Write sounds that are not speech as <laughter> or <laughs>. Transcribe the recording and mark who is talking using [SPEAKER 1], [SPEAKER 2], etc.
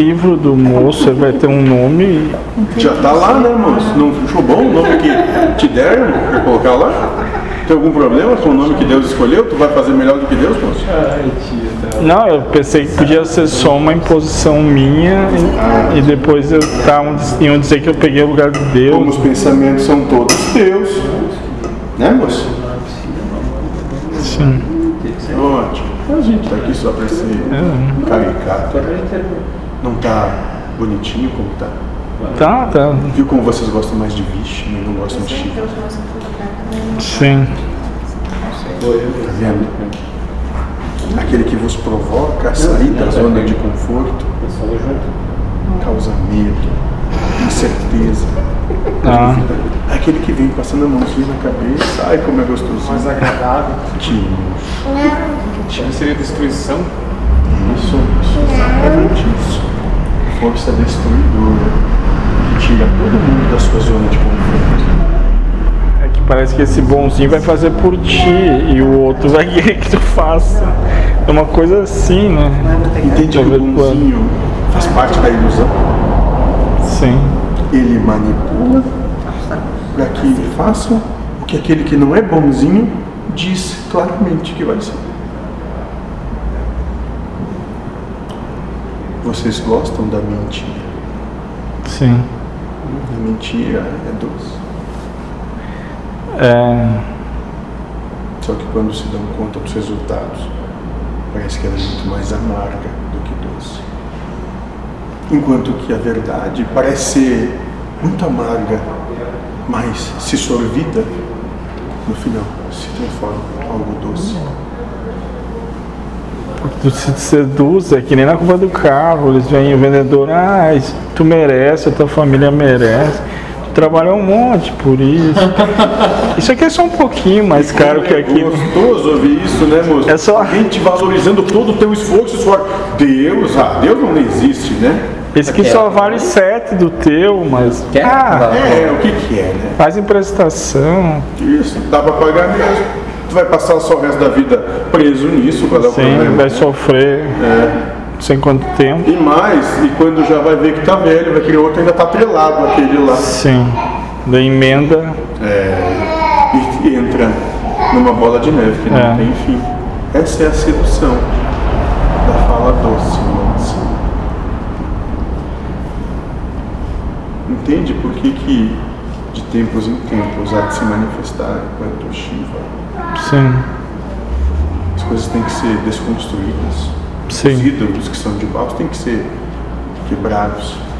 [SPEAKER 1] livro do moço, ele vai ter um nome.
[SPEAKER 2] Já tá lá, né, moço? Não achou bom o nome que te deram? Quer colocar lá? Tem algum problema com o nome que Deus escolheu? Tu vai fazer melhor do que Deus, moço?
[SPEAKER 1] Não, eu pensei que podia ser só uma imposição minha e, e depois eu tava, iam dizer que eu peguei o lugar de
[SPEAKER 2] Como
[SPEAKER 1] Deus.
[SPEAKER 2] os pensamentos são todos teus. Né, moço?
[SPEAKER 1] Sim.
[SPEAKER 2] Ótimo. A gente tá aqui só pra ser caricato. Não tá bonitinho como tá.
[SPEAKER 1] Tá, tá.
[SPEAKER 2] Viu como vocês gostam mais de bicho e não gostam de chifre?
[SPEAKER 1] Sim.
[SPEAKER 2] Tá vendo? Aquele que vos provoca a sair da zona de conforto causa medo, incerteza.
[SPEAKER 1] Ah,
[SPEAKER 2] Aquele que vem passando a mãozinha na cabeça, ai como é gostosinho. Mais agradável. Isso,
[SPEAKER 3] Seria destruição?
[SPEAKER 2] isso, exatamente isso. Força destruidora que tira todo mundo da sua zona de conforto.
[SPEAKER 1] é que parece que esse bonzinho vai fazer por ti e o outro vai <laughs> querer que tu faça. É uma coisa assim, né?
[SPEAKER 2] Entende que um o
[SPEAKER 1] Talvez quando-
[SPEAKER 2] bonzinho faz parte da ilusão?
[SPEAKER 1] Sim.
[SPEAKER 2] Ele manipula para que ele faça o que aquele que não é bonzinho diz claramente que vai ser. Vocês gostam da mentira?
[SPEAKER 1] Sim.
[SPEAKER 2] A mentira é doce.
[SPEAKER 1] É,
[SPEAKER 2] Só que quando se dão conta dos resultados, parece que ela é muito mais amarga do que doce. Enquanto que a verdade parece ser muito amarga, mas se sorvida, no final se transforma em algo doce.
[SPEAKER 1] tu se seduz, é que nem na curva do carro, eles vêm o vendedor, ah, isso tu merece, a tua família merece. Tu trabalhou um monte por isso. Isso aqui é só um pouquinho mais caro que é aquilo.
[SPEAKER 2] É Gostoso ouvir isso, né, moço?
[SPEAKER 1] É só-
[SPEAKER 2] Alguém te valorizando todo o teu esforço e suor. Deus, ah, Deus não existe, né?
[SPEAKER 1] Esse aqui só vale sete do teu, mas.
[SPEAKER 3] Quer?
[SPEAKER 1] Ah,
[SPEAKER 2] É, o que que é, né?
[SPEAKER 1] faz em prestação.
[SPEAKER 2] Isso, dá pra pagar mesmo. Tu vai passar só o resto da vida preso nisso, qual é o
[SPEAKER 1] Sim,
[SPEAKER 2] problema?
[SPEAKER 1] vai sofrer. Não sei quanto tempo.
[SPEAKER 2] E mais, e quando já vai ver que tá velho, vai querer outro, ainda tá atrelado aquele lá.
[SPEAKER 1] Sim. Da emenda.
[SPEAKER 2] E entra numa bola de neve que não
[SPEAKER 1] É.
[SPEAKER 2] tem fim. Essa é a sedução da fala doce, moça. Entende por que que de tempos em tempos há de se manifestar enquanto Shiva?
[SPEAKER 1] Sim.
[SPEAKER 2] As coisas têm que ser desconstruídas. Os
[SPEAKER 1] Sim.
[SPEAKER 2] ídolos que são de baixo têm que ser quebrados.